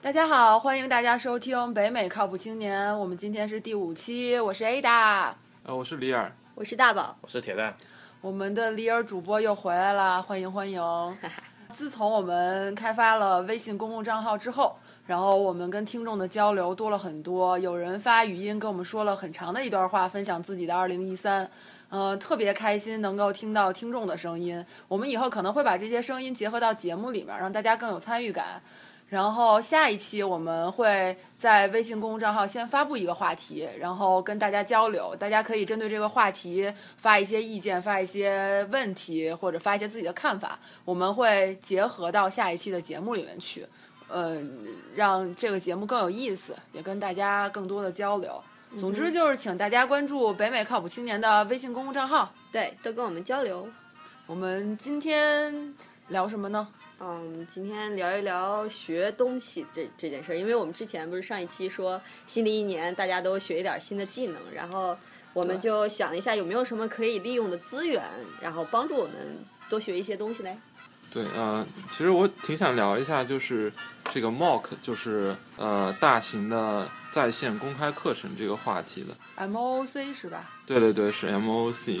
大家好，欢迎大家收听北美靠谱青年，我们今天是第五期，我是 Ada，呃，我是李尔，我是大宝，我是铁蛋，我们的李尔主播又回来了，欢迎欢迎。自从我们开发了微信公共账号之后，然后我们跟听众的交流多了很多，有人发语音跟我们说了很长的一段话，分享自己的2013，呃，特别开心能够听到听众的声音。我们以后可能会把这些声音结合到节目里面，让大家更有参与感。然后下一期我们会在微信公众账号先发布一个话题，然后跟大家交流。大家可以针对这个话题发一些意见、发一些问题或者发一些自己的看法，我们会结合到下一期的节目里面去，呃，让这个节目更有意思，也跟大家更多的交流。总之就是请大家关注北美靠谱青年的微信公众账号。对，都跟我们交流。我们今天聊什么呢？嗯，今天聊一聊学东西这这件事儿，因为我们之前不是上一期说新的一年大家都学一点新的技能，然后我们对就想了一下有没有什么可以利用的资源，然后帮助我们多学一些东西嘞。对，呃，其实我挺想聊一下，就是这个 mock，就是呃大型的在线公开课程这个话题的。 MOC 是吧？对对对，是 MOC，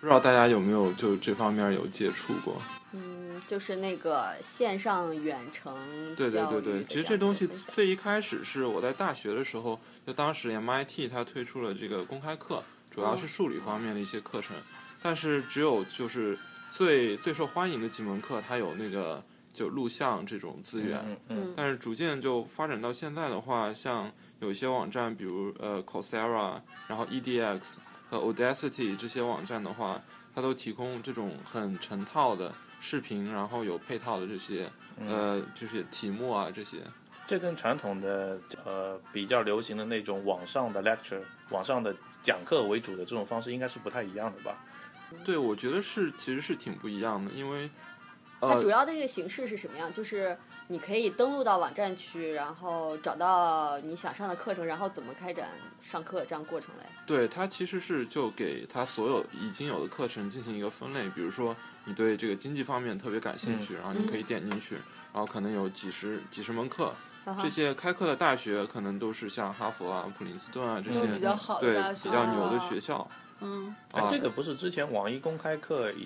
不知道大家有没有就这方面有接触过？嗯，就是那个线上远程对对教对育对，的其实样这一个东西分享最一开始是我在大学的时候，就当时 MIT 它推出了这个公开课，主要是嗯数理方面的一些课程，但是只有就是最最受欢迎的几门课，它有那个就录像这种资源，嗯嗯，但是逐渐就发展到现在的话，像有一些网站，比如呃 Coursera，然后 EDX 和 Audacity 这些网站的话，它都提供这种很成套的视频，然后有配套的这些呃这些题目啊这些。这跟传统的呃比较流行的那种网上的 lecture、网上的讲课为主的这种方式，应该是不太一样的吧？对，我觉得是其实是挺不一样的，因为它呃主要的这个形式是什么样？就是你可以登录到网站去，然后找到你想上的课程，然后怎么开展上课这样过程嘞。对它其实是就给它所有已经有的课程进行一个分类，比如说你对这个经济方面特别感兴趣，然后你可以嗯点进去，然后可能有几十几十门课，啊哈这些开课的大学可能都是像哈佛啊、普林斯顿啊这些比较好的对大学啊比较牛的学校。嗯，哎啊，这个不是之前网易公开课也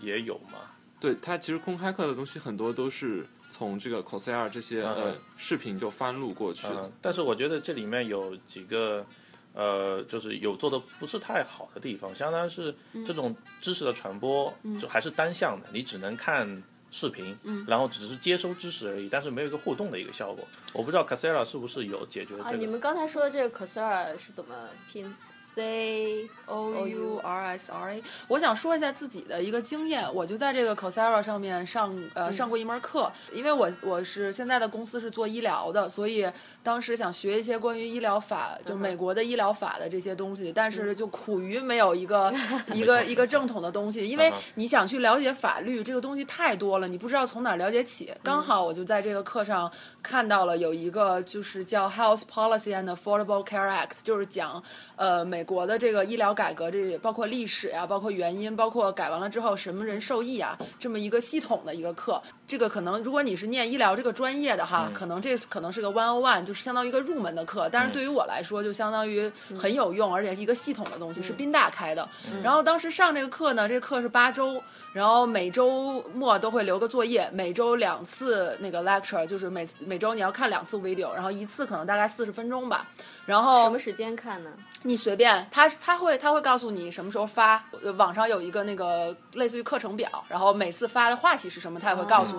也有吗？对它其实公开课的东西很多都是从这个 Coursera 这些、嗯呃视频就翻录过去的。嗯，但是我觉得这里面有几个，呃，就是有做的不是太好的地方，相当于是嗯这种知识的传播、就还是单向的，你只能看视频，嗯然后只是接收知识而已，但是没有一个互动的一个效果。我不知道 c a s e r a 是不是有解决这个？啊，你们刚才说的这个 Coursera 是怎么拼？C O U R S R A。我想说一下自己的一个经验，我就在这个 Coursera 上面上呃嗯上过一门课，因为我我是现在的公司是做医疗的，所以当时想学一些关于医疗法，就嗯美国的医疗法的这些东西，但是嗯就苦于没有一 个一个一个正统的东西，因为嗯哼你想去了解法律这个东西太多了，你不知道从哪儿了解起。嗯刚好我就在这个课上看到了有一个就是叫 Health Policy and Affordable Care Act，就是讲呃美国的这个医疗改革，这包括历史呀、包括原因，包括改完了之后什么人受益啊，这么一个系统的一个课。这个可能如果你是念医疗这个专业的哈，可能这可能是个 one on one，就是相当于一个入门的课，但是对于我来说就相当于很有用，而且是一个系统的东西，是嗯宾大开的。然后当时上这个课呢，这个课是八周，然后每周末都会留个作业，每周两次那个 lecture，就是每每周你要看两次 video，然后一次可能大概四十分钟吧。然后什么哦时间看呢？你随便，他他会他会告诉你什么时候发，呃网上有一个那个类似于课程表，然后每次发的话题是什么，他也会告诉你。嗯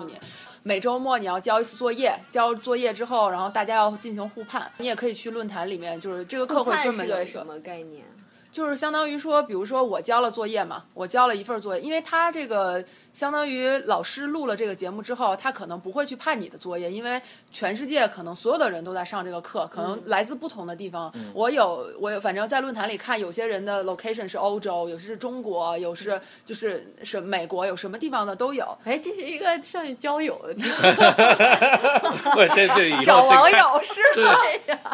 每周末你要交一次作业，交作业之后，然后大家要进行互判。你也可以去论坛里面，就是这个课会看专是门有个一什么概念？就是相当于说，比如说我交了作业嘛，我交了一份作业，因为他这个相当于老师录了这个节目之后，他可能不会去判你的作业，因为全世界可能所有的人都在上这个课，可嗯能来自不同的地方。我有我有，反正在论坛里看，有些人的 location 是欧洲，有些是中国，有嗯是就是是美国，有什么地方的都有。哎，这是一个上去交友 的地方， 对对对，以后找这个网开友是吗？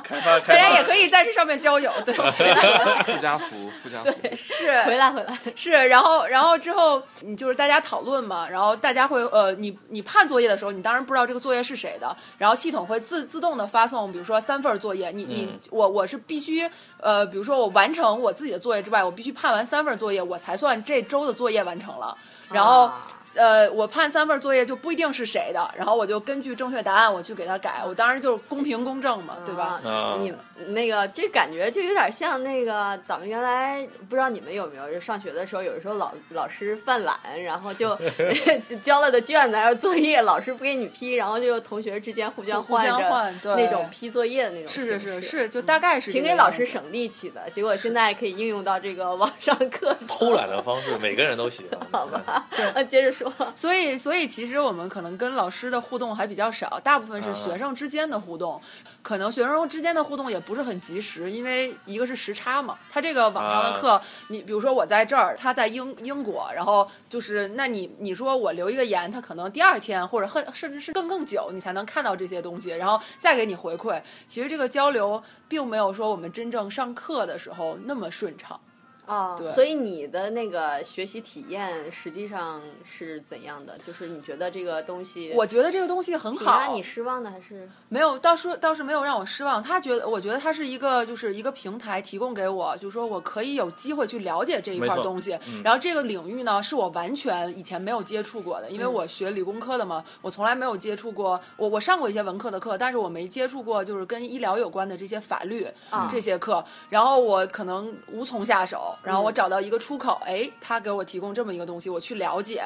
开发开大家发 也可以在这上面交友，对。嗯附加服福，附加福。回是来回 来，是，然后然后之后你就是大家讨论嘛，然后大家会呃，你你判作业的时候，你当然不知道这个作业是谁的，然后系统会自自动的发送，比如说三份儿作业，你你嗯我我是必须呃，比如说我完成我自己的作业之外，我必须判完三份儿作业，我才算这周的作业完成了。然后、啊呃，我判三份作业就不一定是谁的，然后我就根据正确答案我去给他改，我当然就是公平公正嘛，对吧？嗯啊你那个这感觉就有点像那个咱们原来不知道你们有没有，就上学的时候，有的时候老老师犯懒，然后 就 就交了的卷子还有作业，老师不给你批，然后就同学之间互相互相着换对那种批作业的那种形是式，是是是，就大概是这挺个嗯给老师样子。省力气的。结果现在可以应用到这个网上课上。偷懒的方式，每个人都喜欢。嗯好吧， 啊，接着说，所以，所以其实我们可能跟老师的互动还比较少，大部分是嗯学生之间的互动，可能学生之间的互动也不是很及时，因为一个是时差嘛，他这个网上的课，你比如说我在这儿，他在英英国，然后就是那你你说我留一个言，他可能第二天或者很甚至是更更久，你才能看到这些东西，然后再给你回馈。其实这个交流并没有说我们真正上课的时候那么顺畅。啊，对所以你的那个学习体验实际上是怎样的？就是你觉得这个东西，我觉得这个东西很挺好，让啊你失望的，还是没有，倒是倒是没有让我失望。他觉得，我觉得他是一个，就是一个平台提供给我，就是说我可以有机会去了解这一块没错嗯东西。然后这个领域呢，是我完全以前没有接触过的，嗯因为我学理工科的嘛，我从来没有接触过。我我上过一些文科的课，但是我没接触过就是跟医疗有关的这些法律、啊这些课。然后我可能无从下手，然后我嗯找到一个出口，哎，他给我提供这么一个东西，我去了解。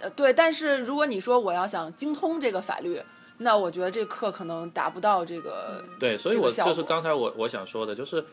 呃，对，但是如果你说我要想精通这个法律，那我觉得这课可能达不到这个，对，所以这个我效就是果刚才我我想说的，就是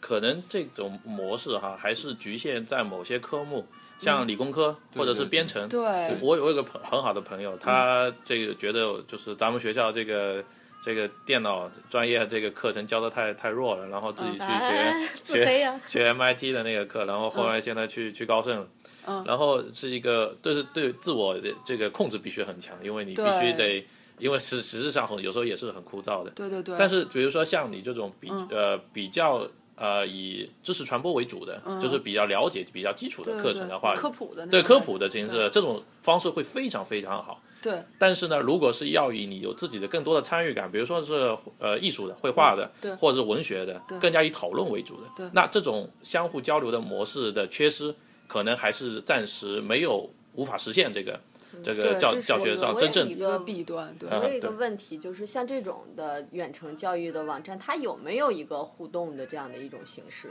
可能这种模式哈，还是局限在某些科目，像理工科或者是对对编程。嗯对嗯我有一个朋很好的朋友，他这个觉得就是咱们学校这个这个电脑专业这个课程教的太太弱了，然后哦自己去哎学自黑呀？学 MIT 的那个课，然后后来现在去去高盛了。嗯然后是一个，就是对自我的这个控制必须很强，因为你必对须得，因为实实质上很有时候也是很枯燥的。对嗯对对。但是比如说像你这种比、呃比较呃以知识传播为主的，就是比较了解、比较基础对的嗯对课对程的话，科普的那对种科感普觉的形对式，这种方式会非常非常好。对但是呢，如果是要以你有自己的更多的参与感，比如说是呃艺术的、绘画的，嗯对或者是文学的，更加以讨论为主的，对那这种相互交流的模式的缺失，可能还是暂时没有无法实现这个这个嗯对，教这是教学我上有真一正嗯个弊端，啊对。我有一个对问题，就是像这种的远程教育的网站，它有没有一个互动的这样的一种形式？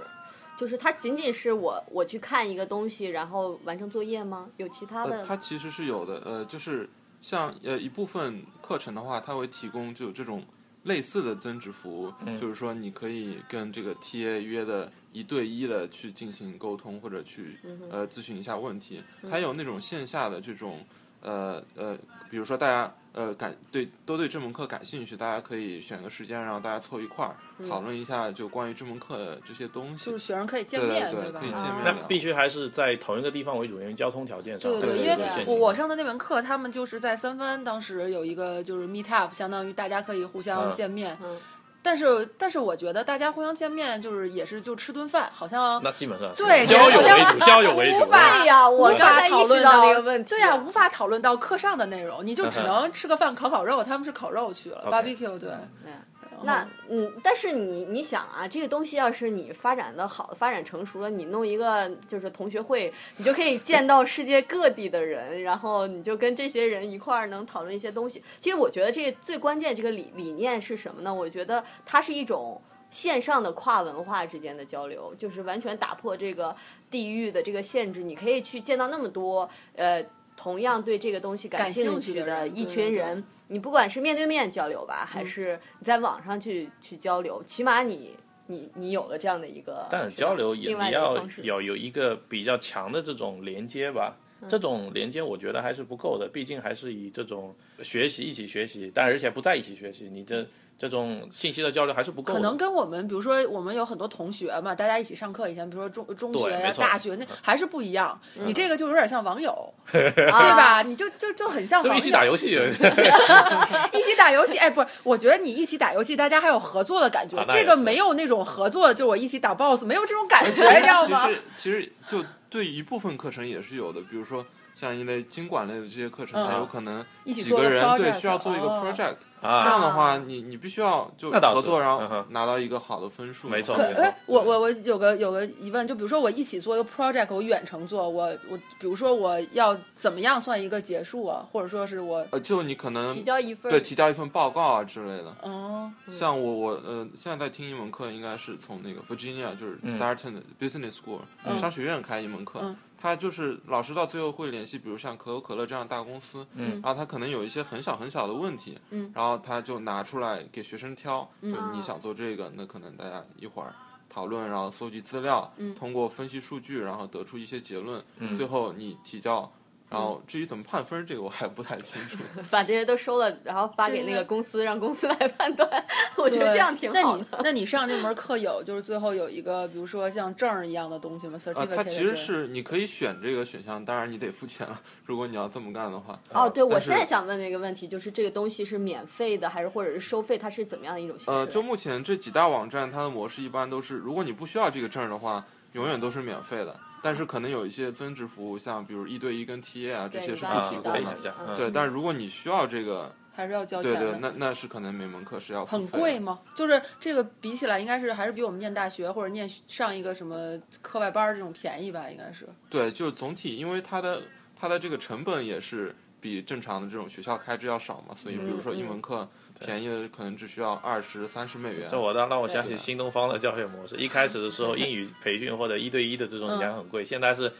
就是它仅仅是我我去看一个东西，然后完成作业吗？有其他嗯的？呃，它其实是有的，呃，就是像呃一部分课程的话，它会提供就有这种类似的增值服务，就是说你可以跟这个 TA 约的一对一的去进行沟通，或者去嗯呃咨询一下问题。还有那种线下的这种呃呃，比如说大家呃感对都对这门课感兴趣，大家可以选个时间，然后大家凑一块儿、讨论一下就关于这门课的这些东西。嗯就是学生可以见对对面，对吧可以？见面啊那了必须还是在同一个地方为主，因为交通条件上对会有对，对因为对我限制。我上的那门课，他们就是在三番，当时有一个就是 meet up，相当于大家可以互相嗯见面。嗯但是但是我觉得大家互相见面就是也是就吃顿饭，好像那基本上是对交友好像为主，交友为主无。法对呀，我无刚法才讨意识论到这个问题。对呀、无法讨论到课上的内容，你就只能吃个饭烤烤肉，他们是烤肉去了嗯 OK ，barbecue 对。那嗯，但是你你想啊，这个东西要是你发展的好，发展成熟了，你弄一个就是同学会，你就可以见到世界各地的人，然后你就跟这些人一块儿能讨论一些东西。其实我觉得这最关键这个理理念是什么呢？我觉得它是一种。线上的跨文化之间的交流，就是完全打破这个地域的这个限制，你可以去见到那么多呃，同样对这个东西感感兴兴趣趣的的人一对群对人，你不管是面对面交流吧，还是你在网上去去交流，起码你你你有了这样的一个，但是交流也另外你的一个要方式啊要有一个比较强的这种连接吧。嗯这种连接我觉得还是不够的，毕竟还是以这种学习一起学习，但而且不在一起学习，你这这种信息的交流还是不够的。可能跟我们，比如说我们有很多同学嘛，大家一起上课以前，比如说中中学对呀、没错嗯大学那还是不一样。嗯你这个就有点像网友，对对吧？？你就就就很像就网一友，起打游戏，一起打游戏。哎，不是，我觉得你一起打游戏，大家还有合作的感觉啊，那也这个是没有那种合作，就我一起打 BOSS 没有这种 感觉，你知道其吗？实其实就对一部分课程也是有的，比如说像一类经管类的这些课程，嗯它有可能一起几做个个人对 project，需要做一个哦 project，这 啊样，的话你你必须要就那倒是合作，然嗯后哼拿到一个好的分数。没错可没错哎，我我我有个有个疑问，就比如说我一起做一个 project，我远程做，我我比如说我要怎么样算一个结束啊，或者说是我呃，就你可能提交一份对提交一份报告啊之类的。哦，像我我呃，现在在听英文课，应该是从那个 Virginia 就是嗯 Darton 的 Business School、商学院开英文课，嗯他就是老师到最后会联系，比如像可口可乐这样的大公司，嗯然后他可能有一些很小很小的问题，嗯然后他就拿出来给学生挑，就啊你想做这个，那可能大家一会儿。讨论，然后搜集资料，通过分析数据，然后得出一些结论，嗯最后你提交。然后至于怎么判分儿，这个我还不太清楚。把这些都收了，然后发给那个公司，让公司来判断。我觉得这样挺好的。那你那你上这门课有就是最后有一个，比如说像证儿一样的东西吗啊， ？certificate 之类的、它其实是你可以选这个选项，当然你得付钱了。如果你要这么干的话，哦，对，我但是现在想问的一个问题就是，这个东西是免费的，还是或者是收费？它是怎么样的一种形式？啊呃，就目前这几大网站，它的模式一般都是，如果你不需要这个证儿的话，永远都是免费的。但是可能有一些增值服务，像比如一对一跟 TA 啊这对些一是般不啊提的供可以嘛想象，嗯嗯对，但是如果你需要这个，还是要交钱对的。对，那那是可能每门课是要付很费的贵吗？就是这个比起来，应该是还是比我们念大学或者念上一个什么课外班儿这种便宜吧，应该是。对，就是总体，因为它的它的这个成本也是比正常的这种学校开支要少嘛，所以比嗯如说一门课便宜的可能只需要二十三十美元。这我倒让我想起对新东方的教学模式。一开始的时候，英语培训或者一对一的这嗯种讲很贵，现在是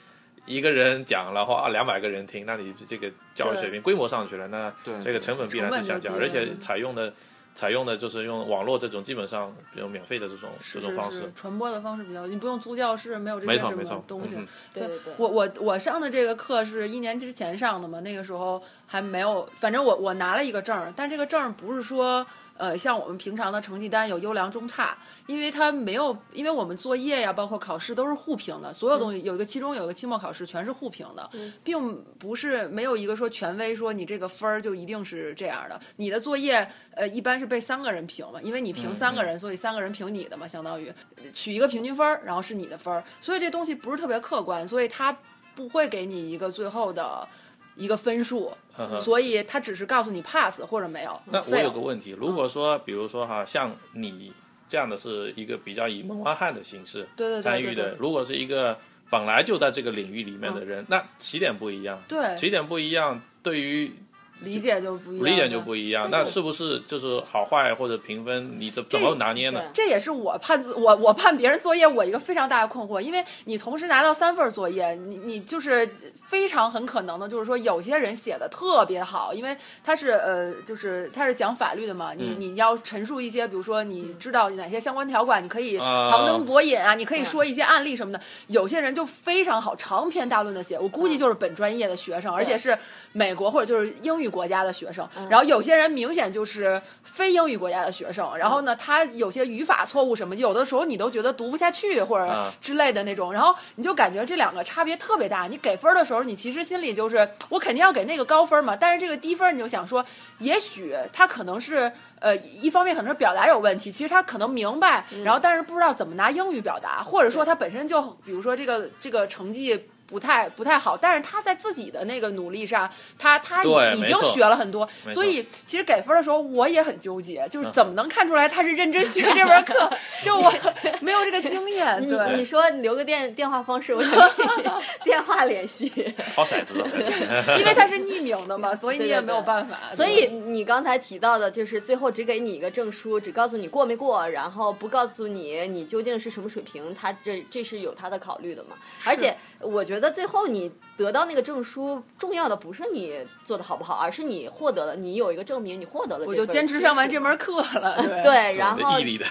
一个人讲，然后啊两百个人听，那你这个教育水平规模上去了，那对这个成本必然是下降，成而本就低了且采用的采用的就是用网络这种基本上比如免费的这种是是这种方式是，，传播的方式比较，你不用租教室，没有这没些错什没么错，东西。嗯对对对，我我我上的这个课是一年之前上的嘛，那个时候还没有，反正我我拿了一个证儿，但这个证儿不是说呃像我们平常的成绩单有优良中差，因为它没有，因为我们作业呀，包括考试都是互评的，所有东西有一个期中有一个期末考试全是互评的，并不是没有一个说权威说你这个分儿就一定是这样的，你的作业呃一般是被三个人评嘛，因为你嗯评三个人，所以三个人评你的嘛，相当于取一个平均分儿，然后是你的分儿，所以这东西不是特别客观，所以它不会给你一个最后的一个分数，嗯嗯所以它只是告诉你 pass 或者没有。那我 fail 有个问题，如果嗯说比如说哈，像你这样的是一个比较以门外汉的形式对对对参对与对嗯的，如果是一个本来就在这个领域里面的人，那起点不一样，对起点不一样，对于理解就不一样，理解就不一样，对那对是不是就是好坏或者评分，你怎怎么拿捏呢？这也是我判作我我判别人作业我一个非常大的困惑，因为你同时拿到三份作业，你你就是非常很可能的，就是说有些人写的特别好，因为他是呃就是他是讲法律的嘛，你嗯你要陈述一些，比如说你知道哪些相关条款，你可以啊旁征博引啊，你可以说一些案例什么的。有些人就非常好，长篇大论的写，我估嗯计就是本专业的学生，而且是美国或者就是英语国家的学生。然后有些人明显就是非英语国家的学生，然后呢，他有些语法错误什么，有的时候你都觉得读不下去或者啊之类的那种，然后你就感觉这两个差别特别大。你给分的时候，你其实心里就是我肯定要给那个高分嘛，但是这个低分你就想说，也许他可能是呃，一方面可能是表达有问题，其实他可能明白，嗯然后但是不知道怎么拿英语表达，或者说他本身就比如说这个这个成绩。不太不太好，但是他在自己的那个努力上，他他对已已没经错学了很多，没所错嗯以其实给分的时候我也很纠结，就是怎么能看出来他是认真学这门 课？就我没有这个经验，你你对。说你留个电电话方式，我想给 你电话联系。抛骰子的啊骰子，因为他是匿名的嘛，所以你对也对没有对办法。所对以你刚才提到的，就是最后只给你一个证书，只告诉你过没过，然后不告诉你你究竟是什么水平，他这这是有他的考虑的嘛。而且我觉得最后你得到那个证书，重要的不是你做的好不好，而是你获得了，你有一个证明你获得了。我就坚持上完这。门课了，对对，然后毅力的，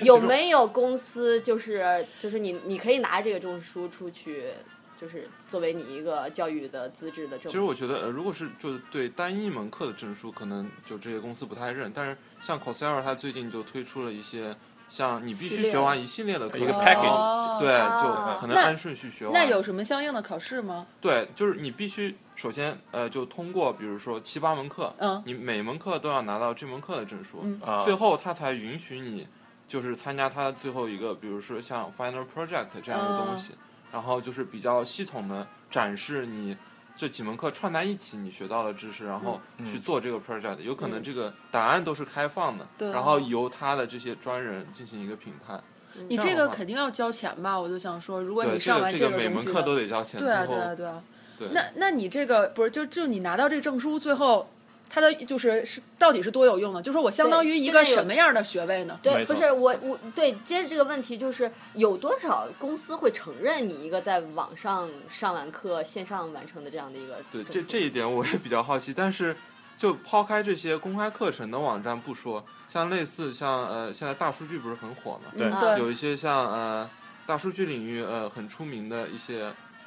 有没有公司就是就是你你可以拿这个证书出去，就是作为你一个教育的资质的证其实明。我觉得，呃，如果是就是对单一门课的证书，可能就这些公司不太认。但是像 Coursera，它最近就推出了一些像你必须系列学完一系列的课一个程， package 然后哦对，啊就可能那按顺序学完。那有什么相应的考试吗？对，就是你必须首先呃，就通过比如说七八门课，嗯你每门课都要拿到这门课的证书，啊，最后他才允许你就是参加他最后一个，比如说像 final project 这样的东嗯西，然后就是比较系统的展示你这几门课串在一起你学到的知识，然后嗯去做这个 project，、有可能这个档案都是开放的，对然后由他的这些专人进行一个评判。你嗯这这样个的话肯定要交钱吧？我就想说，如果你对，这上个完这个每东门西课的，都得交钱，对啊，最对啊，后对啊。对那那你这个不是就就你拿到这证书，最后它的就是是到底是多有用呢？就说我相当于一个现在有什么样的学位呢？对，没不错是我我对接着这个问题，就是有多少公司会承认你一个在网上上完课、线上完成的这样的一个对，证这书这一点我也比较好奇，但是就抛开这些公开课程的网站不说，像类似像呃，现在大数据不是很火嘛，对嗯啊有一些像呃大数据领域呃很出名的一些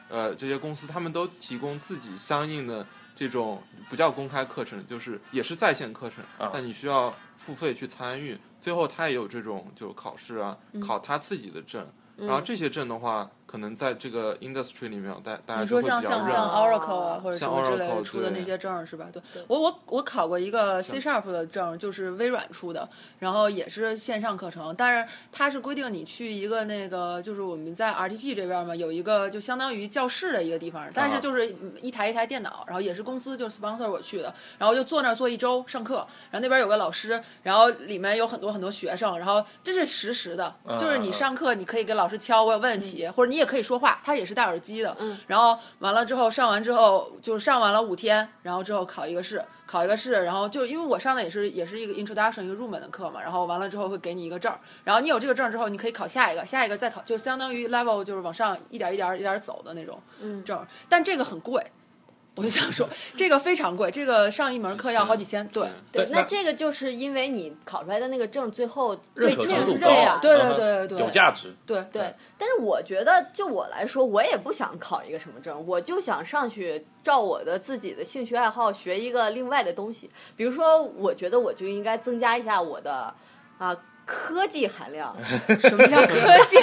呃这些公司，他们都提供自己相应的这种不叫公开课程，就是也是在线课程，啊但你需要付费去参与。最后他也有这种就考试啊，嗯考他自己的证。嗯然后这些证的话，可能在这个 industry 里面，大大家你就说会比像较像认。像 Oracle 啊，或者什像么之类 Oracle，的出的对那些证儿是吧？对，我我我考过一个 C Sharp 的证儿，就是微软出的，然后也是线上课程，但是它是规定你去一个那个，就是我们在 RTP 这边嘛，有一个就相当于教室的一个地方，但啊是就是一台一台电脑，然后也是公司就是 sponsor 我去的，然后就坐那儿坐一周上课，然后那边有个老师，然后里面有很多很多学生，然后这是实时的，就是你嗯嗯上课你可以给老师敲我有问题，或者你也可以说话，他也是戴耳机的，然后完了之后上完之后就上完了五天，然后之后考一个试，考一个试，然后就因为我上的也是也是一个 introduction 一个入门的课嘛，然后完了之后会给你一个证儿，然后你有这个证儿之后，你可以考下一个，下一个再考，就相当于 level 就是往上一点儿一点儿一点儿走的那种证儿，但这个很贵。我就想说，这个非常贵，这个上一门课要好几千，嗯对，对对，那那这个就是因为你考出来的那个证，最后认对可这程个度是高这啊样，，对嗯哼对对对有价值，对对，但是我觉得就我来说，我也不想考一个什么证，我就想上去照我的自己的兴趣爱好学一个另外的东西。比如说，我觉得我就应该增加一下我的啊科技含量，什么叫科技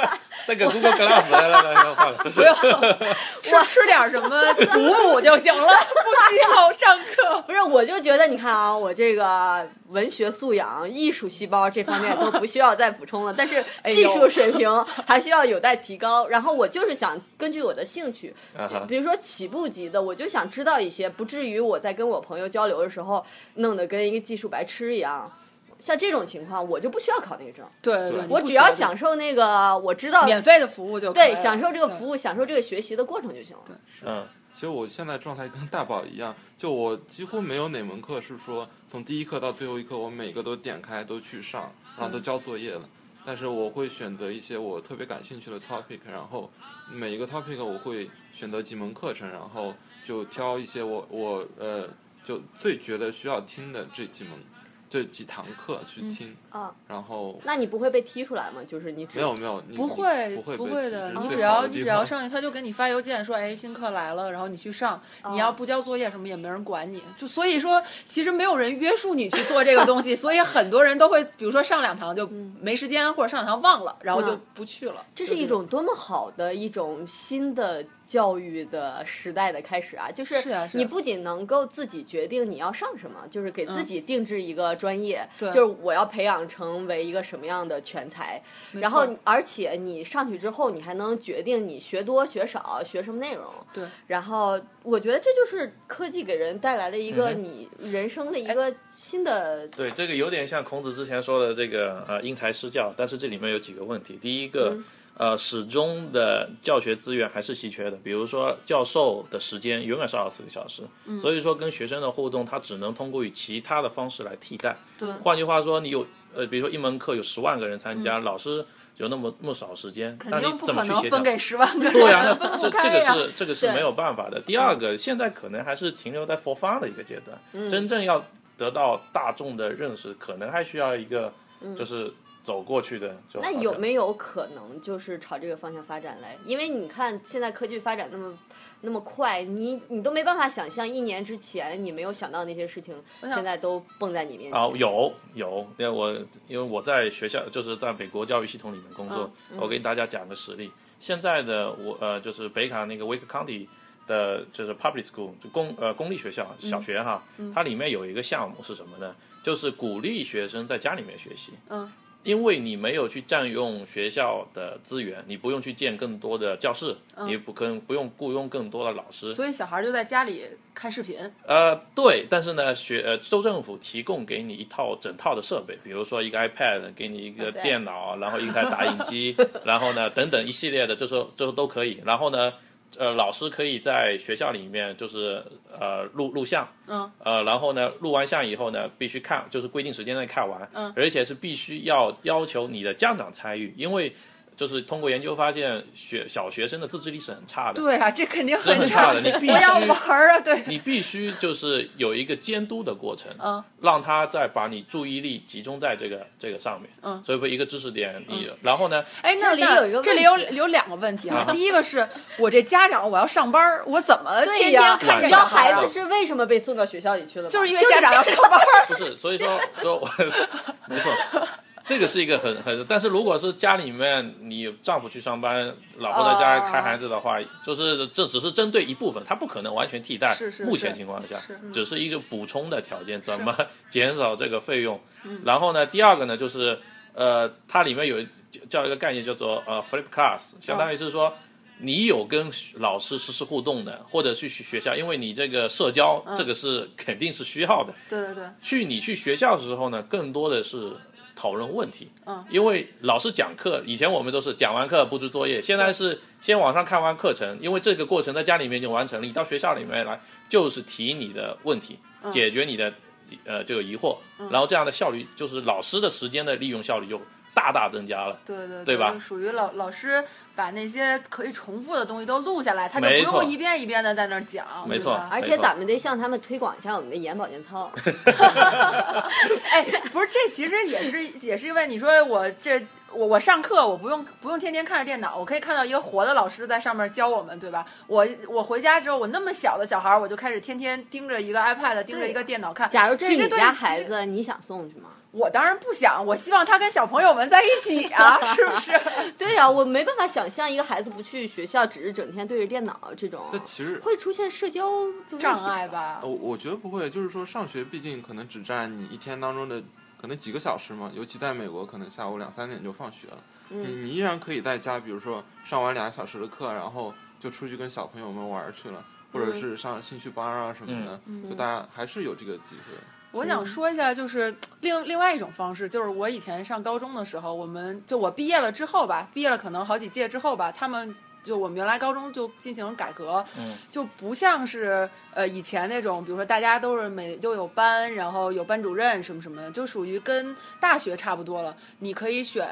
啊？ 那个 Google Glass 来来来来换了，不用吃吃点什么补补就行了，不需要上课。 不是，我就觉得你看啊，我这个文学素养、艺术细胞这方面都不需要再补充了，但是呦技术水平还需要有待提高。然后我就是想根据我的兴趣啊哈，比如说起步级的，我就想知道一些，不至于我在跟我朋友交流的时候弄得跟一个技术白痴一样。像这种情况，我就不需要考那个证，对对对，我只要享受受那个我知道免费的服务就可以对了享受这个服务。务，享受这个学习的过程就行了。嗯，其实我现在状态跟大宝一样，就我几乎没有哪门课是说从第一课到最后一课，我每个都点开都去上，嗯然后都交作业了。但是我会选择一些我特别感兴趣的 topic，然后每一个 topic 我会选择几门课程，然后就挑一些我我呃就最觉得需要听的这几门这几堂课嗯去听。哦啊然后那你不会被踢出来吗？就是你只没有没有，你不你会不会不被会踢的，这你是只最好要的你地只要方上去，他就给你发邮件说，哎，新课来了，然后你去上。你要不交作业什么也没人管你，就所以说，其实没有人约束你去做这个东西，所以很多人都会，比如说上两堂就没时间，或者上两堂忘了，然后就嗯不去了。这就是一种多么好的一种新的教育的时代的开始啊！就是啊是啊你不仅能够自己决定你要上什么，就是给自己定制一个专业，嗯对就是我要培养成为一个什么样的全才。没然后错，而且你上去之后，你还能决定你学多学少，学什么内容。对。然后我觉得这就是科技给人带来的一个嗯哼你人生的一个新的对，这个有点像孔子之前说的这个呃因材施教，但是这里面有几个问题。第一个，嗯呃，始终的教学资源还是稀缺的，比如说教授的时间永远是二十四个小时，嗯所以说跟学生的互动，他只能通过以其他的方式来替代。对换句话说，你有呃，比如说一门课有十万个人参加，老师有那么那么少时间，嗯肯那定你不怎么可去能协调分给十万个人， 对啊，分那不这开这个呀、是这个是对嗯没有办法的。第二个，现在可能还是停留在 for fun 的一个阶段，真正要得到大众的认识，可能还需要一个就是走过去的就嗯好那像。有没有可能就是朝这个方向发展来？因为你看现在科技发展那么那么快，你你都没办法想象一年之前你没有想到那些事情，想现在都蹦在你面前。啊，有有，因为我因为我在学校就是在美国教育系统里面工作，嗯我给大家讲个实例。现在的我呃，就是北卡那个 Wake County 的，就是 public school 就公呃公立学校小嗯学哈，它里面有一个项目是什么呢？就是鼓励学生在家里面学习。嗯。因为你没有去占用学校的资源，你不用去建更多的教室，你不跟不用雇佣更多的老师，所以小孩就在家里看视频，呃，对，但是呢，学呃州政府提供给你一套整套的设备，比如说一个 iPad，给你一个哇塞电脑，然后一台打印机，然后呢等等一系列的，这时候这时候都可以。然后呢，呃，老师可以在学校里面就是呃录录像，嗯，呃，然后呢录完像以后呢，必须看，就是规定时间内看完，嗯，而且是必须要要求你的家长参与，因为就是通过研究发现，学小学生的自制力是很差的，对啊，这肯定是很差差的，你必我要须玩。儿啊，对，你必须就是有一个监督的过程，嗯，让他再把你注意力集中在这个这个上面，嗯所以说一个知识点，你、然后呢，哎，那这里那有一个这里有问题有两个问题哈，啊第一个是我这家长我要上班儿，我怎么天对天呀，看你着知道小孩孩啊儿孩子是为什么被送到学校里去了吗？就是因为家长要上班儿，不是，所以说说我 没错，这个是一个很很，但是如果是家里面你丈夫去上班，老婆在家看孩子的哦话，就是这只是针对一部分，它不可能完全替代。是是目前是情况下，是嗯只是一个补充的条件，怎么减少这个费用？嗯然后呢，第二个呢就是呃，它里面有叫一个概念叫做呃 flip 哦 class，相当于是说。你有跟老师实时互动的，或者去学学校，因为你这个社交，嗯这个是肯定是需要的。对对对，去你去学校的时候呢，更多的是讨论问题。嗯，因为老师讲课，以前我们都是讲完课布置作业，现在是先网上看完课程，因为这个过程在家里面已经完成了，你到学校里面来就是提你的问题，嗯解决你的呃这个疑惑，然后这样的效率就是老师的时间的利用效率就大大增加了。对对对吧就属于老老师把那些可以重复的东西都录下来，他就不没错用一遍一遍的在那儿讲，没对错吧 而且咱们得向他们推广一下我们的眼保健 操。哎，不是，这其实也是也是因为你说我这我我上课我不用不用天天看着电脑，我可以看到一个活的老师在上面教我们，对吧？我我回家之后，我那么小的小孩儿，我就开始天天盯着一个 iPad，盯着一个电脑看。假如这其实是你对家其孩实子，你想送去吗？ 我当然不想，我希望他跟小朋友们在一起 啊，是不是？对呀、我没办法想象一个孩子不去学校，只是整天对着电脑这种，但其实会出现社交的问题障碍。吧我，我觉得不会，就是说上学毕竟可能只占你一天当中的可能几个小时嘛，尤其在美国，可能下午两三点就放学了，嗯你你依然可以在家，比如说上完俩小时的课，然后就出去跟小朋友们玩儿去了，或嗯者是上兴趣班啊什么的，就大家还是有这个机会。我想说一下，就是另另外一种方式，就是我以前上高中的时候，我们就我毕业了之后吧，毕业了可能好几届之后吧，他们就我们原来高中就进行改革，嗯就不像是呃以前那种，比如说大家都是每都有班，然后有班主任什么什么的，就属于跟大学差不多了。你可以选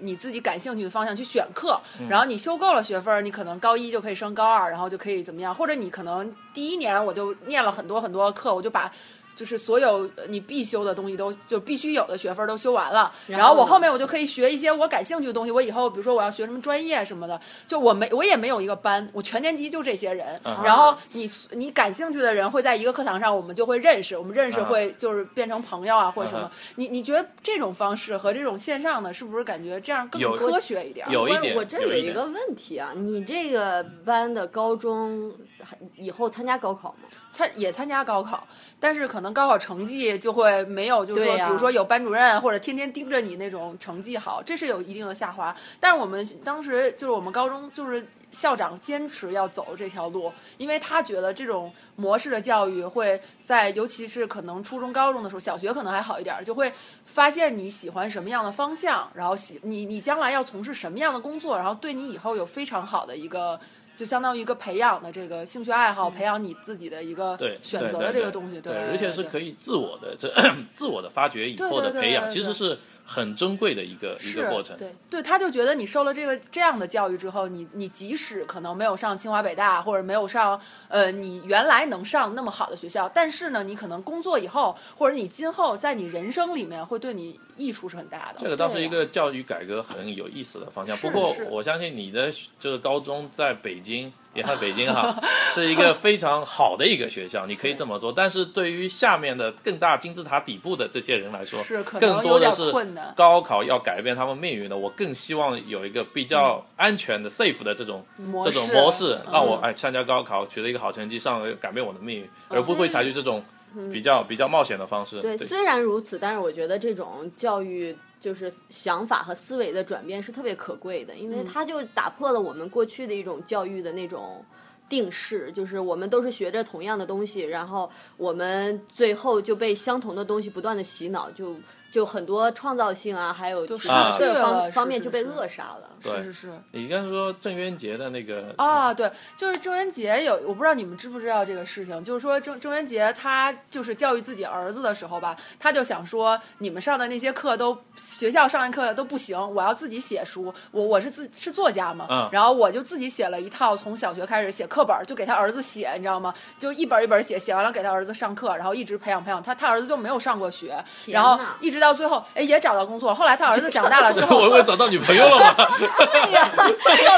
你自己感兴趣的方向去选课，嗯然后你修够了学分儿，你可能高一就可以升高二，然后就可以怎么样，或者你可能第一年我就念了很多很多课，我就把。就是所有呃你必修的东西都就必须有的学分都修完了，然后后我呢后面我就可以学一些我感兴趣的东西。我以后比如说我要学什么专业什么的，就我没我也没有一个班，我全年级就这些人。啊然后你你感兴趣的人会在一个课堂上，我们就会认识，我们认识啊嗯会就是变成朋友啊或者什嗯么哼。你你觉得这种方式和这种线上的，是不是感觉这样更有科学一点？有一我点我这儿有一一点个问题啊，你这个班的高中还以后参加高考吗？参也参加高考，但是可能高考成绩就会没有，就是说，对呀比如说有班主任或者天天盯着你那种成绩好，这是有一定的下滑。但是我们当时就是我们高中就是校长坚持要走这条路，因为他觉得这种模式的教育会在，尤其是可能初中、高中的时候，小学可能还好一点儿，就会发现你喜欢什么样的方向，然后喜你你将来要从事什么样的工作，然后对你以后有非常好的一个。就相当于一个培养的这个兴趣爱好，培养你自己的一个嗯对选对择对的这个对东西，对，对，而且是对 可以自我的这自我的发掘以后对的对对培养，对其实对是很珍贵的一个一是个过程。对对，他就觉得你受了这个这样的教育之后，你你即使可能没有上清华北大，或者没有上呃你原来能上那么好的学校，但是呢，你可能工作以后，或者你今后在你人生里面会对你益处是很大的。这个倒是一个教育改革很有意思的方向。是不过是我相信你的这个高中在北京，也在北京 哈，是一个非常好的一个学校，你可以这么做。但是对于下面的更大金字塔底部的这些人来说，是可更能有多点的是困难。高考要改变他们命运的。我更希望有一个比较安全的、safe 的这种嗯模这种式模式，让我嗯哎参加高考取得一个好成绩，上了改变我的命运，而不会采取这种嗯比较比较冒险的方式。对，虽然如此，但是我觉得这种教育就是想法和思维的转变是特别可贵的，嗯因为它就打破了我们过去的一种教育的那种。定式就是我们都是学着同样的东西，然后我们最后就被相同的东西不断的洗脑，就就很多创造性啊，还有其失他去各了方是方面是就被是扼杀了。是对是是。你刚才说郑渊洁的那嗯个啊，对，就是郑渊洁有，我不知道你们知不知道这个事情，就是说郑郑渊洁他就是教育自己儿子的时候吧，他就想说你们上的那些课都学校上的课都不行，我要自己写书，我我是自是作家嘛，嗯然后我就自己写了一套从小学开始写课本儿，就给他儿子写，你知道吗？就一本儿一本儿写，写完了给他儿子上课，然后一直培养培养他，他儿子就没有上过学，然后天哪一直到最后，哎，也找到工作了，后来他儿子长大了之 后，我我找到女朋友了吗？ 找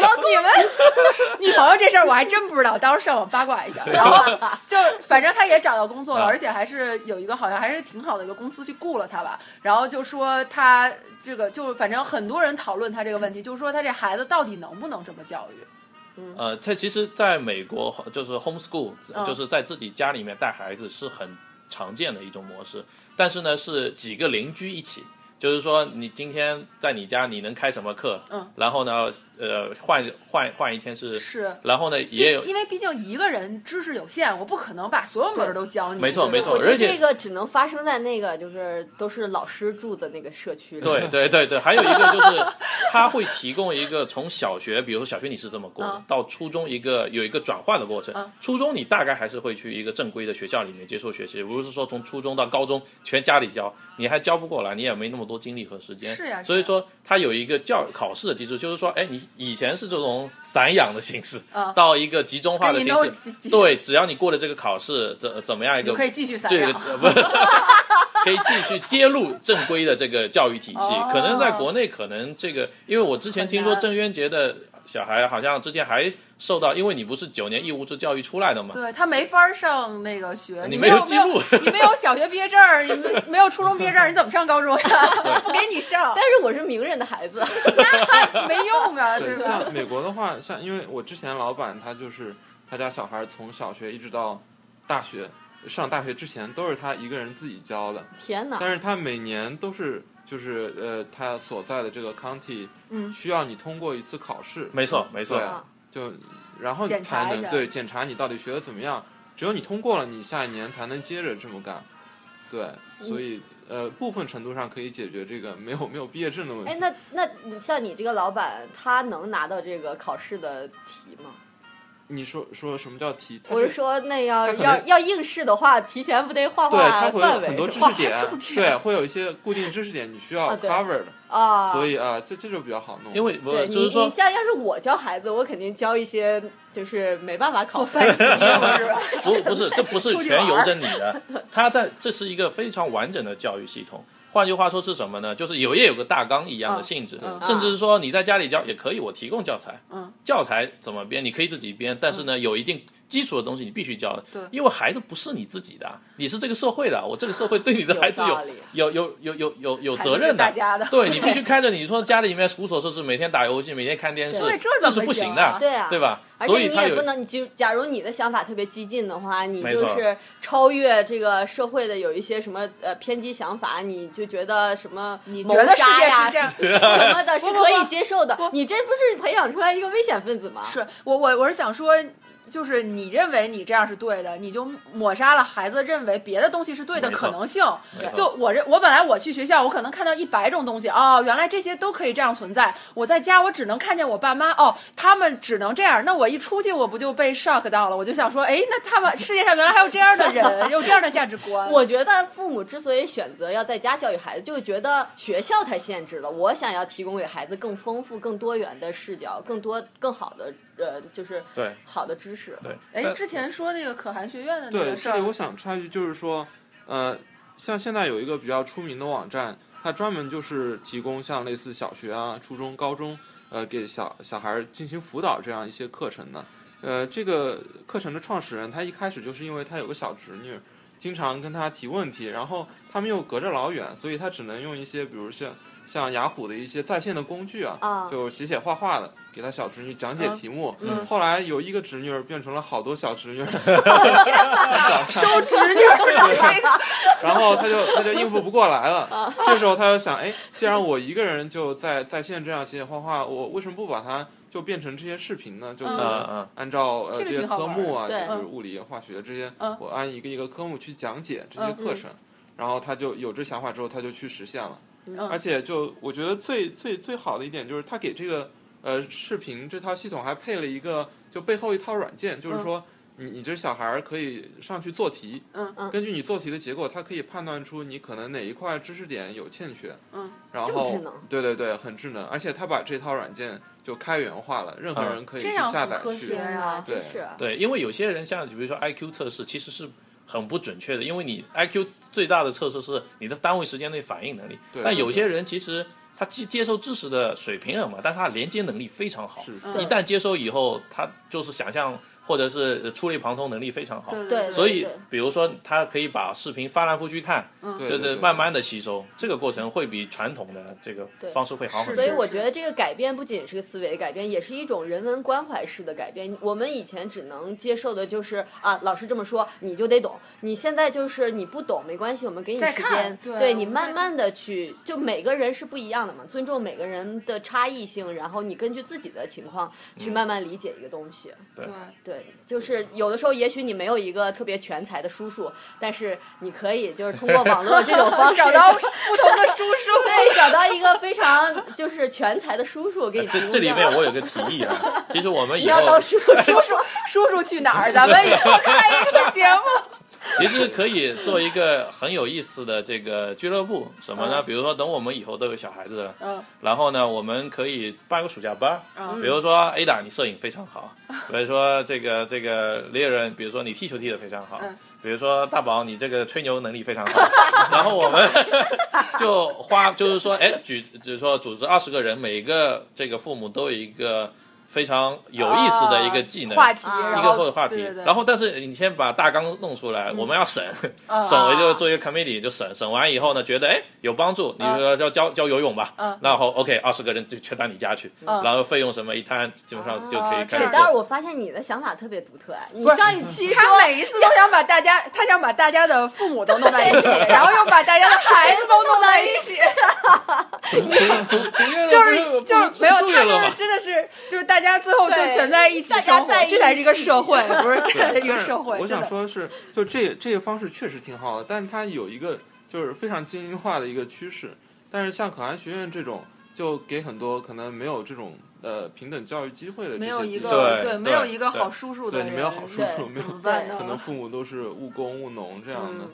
到你们你朋友这事儿，我还真不知道，到时候上网八卦一下。然后 就反正他也找到工作了，啊而且还是有一个好像还是挺好的一个公司去雇了他吧。然后就说他这个，就反正很多人讨论他这个问题，就是说他这孩子到底能不能这么教育？呃，这其实在美国就是 homeschool，、嗯就是在自己家里面带孩子是很常见的一种模式，但是呢是几个邻居一起。就是说，你今天在你家你能开什么课？嗯，然后呢，呃，换换换一天是，是然后呢也有因为毕竟一个人知识有限，我不可能把所有门儿都教你。没错对没吧错我觉得而且这个只能发生在那个就是都是老师住的那个社区里。对对对对，还有一个就是他会提供一个从小学，比如说小学你是这么过的，嗯到初中一个有一个转换的过程。嗯初中你大概还是会去一个正规的学校里面接受学习，不是说从初中到高中全家里教，你还教不过来，你也没那么多精力和时间。是啊呀是呀所以说他有一个教考试的机制，就是说，哎，你以前是这种散养的形式，嗯到一个集中化的跟你形没有集集式，对，只要你过了这个考试，怎怎么样一你个就可以继续散这个养。呃不 可以继续揭露正规的这个教育体系。哦可能在国内，可能这个，因为我之前听说很难郑渊洁的小孩好像之前还受到，因为你不是九年义务制教育出来的嘛，对他没法儿上那个学，呃你没没有有记录没有你没有小学毕业证儿，你没没有初中毕业证儿，你怎么上高中呀？ 不给你上，但是我是名人的孩子， 那没用啊，对吧？像美国的话，像因为我之前老板他就是他家小孩从小学一直到大学，上大学之前都是他一个人自己教的，天 哪！但是他每年都是就是呃他所在的这个 county 嗯需要你通过一次考试，没错没错对，啊就然后检查才一能下对检查你到底学的怎么样，只有你通过了，你下一年才能接着这么干，对，嗯所以。呃，部分程度上可以解决这个没有没有毕业证的问哎题，。那那你像你这个老板，他能拿到这个考试的题吗？你说说什么叫题？它我是就说，那要他可能要要应试的话，提前不得画对，它画会范有围很多是知吧识点，对，会有一些固定知识点你需要啊对 cover 的，啊？所以啊，这这就比较好弄。因为 不对就是你说你像要是我教孩子，我肯定教一些就是没办法考做试饭洗衣服是吧？ 不不是，这不是出去全玩由儿着你的，他在这是一个非常完整的教育系统。换句话说是什么呢？就是有也有个大纲一样的嗯性质，嗯甚至是说你在家里教也可以，我提供教材，嗯，教材怎么编你可以自己编，但是呢，有一定基础的东西你必须教的，对因为孩子不是你自己的，你是这个社会的，我这个社会对 你的有孩子道理有有有有有有有孩子责任是的，大家的对你必须看着你说家里面无所事事，每天打游戏，每天看电视，对这这怎是么不行行啊的，对啊，对吧？而所且以你他也有不能，你就假如你的想法特别激进的话，你没就错是超越这个社会的有一些什么呃偏激想法，你就觉得什么你谋觉得世杀界呀是这样？什么的，是不不可以不接受的不。你这不是培养出来一个危险分子吗？是我我我是想说，就是你认为你这样是对的，你就抹杀了孩子认为别的东西是对的没可错能性。没错就我认，我本来我去学校，我可能看到一百种东西哦，原来这些都可以这样存在。我在家，我只能看见我爸妈哦，他们只能这样。那我一出去，我不就被 shock 到了？我就想说，哎，那他们世界上原来还有这样的人，有这样的价值观。我觉得父母之所以选择要在家教育孩子，就是觉得学校太限制了。我想要提供给孩子更丰富、更多元的视角，更多更好的呃，就是对好的知识。对，哎，但之前说那个可汗学院的那对，个事这儿里，我想插一句，就是说，呃，像现在有一个比较出名的网站，它专门就是提供像类似小学啊、初中、高中，呃，给小小孩儿进行辅导这样一些课程的。呃，这个课程的创始人，他一开始就是因为他有个小侄女，经常跟他提问题，然后他们又隔着老远，所以他只能用一些，比如像像雅虎的一些在线的工具啊，啊就写写画画的，给他小侄女讲解嗯题目。后来由一个侄女儿变成了好多小侄女儿，收侄女儿的然后他就他就应付不过来啊了。这时候他就想，哎，既然我一个人就在在线这样写写画画，我为什么不把它就变成这些视频呢？就可嗯能嗯按照呃这这个些挺好科目啊，玩儿的就对是物理、化学这些嗯，我按一个一个科目去讲解这些课程。然后他就有这想法之后，他就去实现了。嗯而且就我觉得最最最好的一点就是他给这个呃视频这套系统还配了一个就背后一套软件，就是说你你这小孩儿可以上去做题，嗯嗯根据你做题的结果，它可以判断出你可能哪一块知识点有欠缺，嗯，然这么智后能对对对，很智能，而且它把这套软件就开源化了，任何人可以这去样下很载科去学。啊对真是对，因为有些人像比如说 IQ 测试其实是很不准确的，因为你 IQ 最大的测试是你的单位时间内反应能力，对但有些人其实他接接受知识的水平很嘛，但他连接能力非常好，是是对一旦接收以后，他就是想象或者是触类旁通能力非常好。对对对，所以对，嗯比如说，他可以把视频翻来覆去看，对对就是对，慢慢的吸收，这个过程会比传统的这个对方式会好很所多以。我觉得这个改变不仅是个思维改变，也是一种人文关怀式的改变。我们以前只能接受的就是啊，老师这么说你就得懂，你现在就是你不懂没关系，我们给你再时看间，对你我们慢再慢的去，就每个人是不一样的嘛，尊重每个人的差异性，然后你根据自己的情况去嗯慢慢理解一个东西。对对，就是有的时候，也许你没有一个特别全才的叔叔，但是你可以就是通过网络这种方 式找到不同的叔叔。对，找到一个非常就是全才的叔叔给你提呃这供这里的面我有个提议 啊，其实我们以不要后 当叔叔叔叔叔叔去哪儿？咱们以后开一个节目。 其实可以做一个很有意思的这个俱乐部，什么呢？嗯比如说，等我们以后都有小孩子了，嗯然后呢，我们可以办个暑假班儿，嗯比如说 Ada 你摄影非常好，比如说这个这个猎人，比如说你踢球踢得非常好嗯，比如说大宝你这个吹牛能力非 常好，然后我们就花就是说，哎，举就是说组织二十个人，每个这个父母都有一个非常有意思的一个技能。话题，啊然一个后或者话题，对对对然后但是你先把大纲弄出来，我们要审，嗯审完就做一个 committee 就审，审完以后呢，觉得哎有帮助，你说要教教游泳吧，嗯然后 OK 二十个人就全到你家去，然后费用什么一摊，基本上就可以啊这开始样但是做。我发现你的想法特别独特，哎你不是上一期说他每一次都想把大家，他想把大家的父母都弄在一起，然后又把大家的孩子都弄在一起，就是就是没有，他就是真的是就是大家最后就对全在一起大家生活在，一这才是一个社会，不是 这才对是一个社会。我真想的。说的是，就这这个方式确实挺好的，但是它有一个就是非常精英化的一个趋势。但是像可汗学院这种，就给很多可能没有这种呃平等教育机会的这没有些一地个方，对没有对一个对好叔叔的对人，嗯你没有好叔对叔，没怎有么办呢？可哦能父母都是务工务农这样的，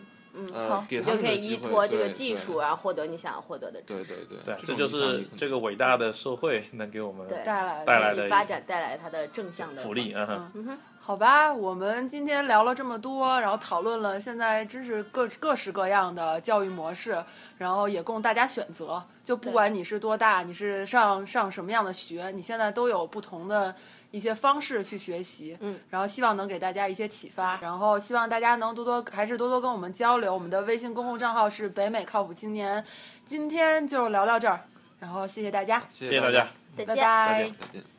好呃，给嗯你他就们可的以机依会托这个对技对术，然后获得你想要获得的知对识，对对，对，这种就影响是力可能这个伟大的社会能给我们对带来的带来以及的发展带来它的正向的福利方向啊。嗯好吧，我们今天聊了这么多，然后讨论了现在真是各各式各样的教育模式，然后也供大家选择。就不管你是多大，你是上上什么样的学，你现在都有不同的一些方式去学习。嗯，然后希望能给大家一些启发，然后希望大家能多多还是多多跟我们交流。我们的微信公共账号是北美靠谱青年。今天就聊到这儿，然后谢谢大家，谢谢谢大大家。再拜见。拜再见再见。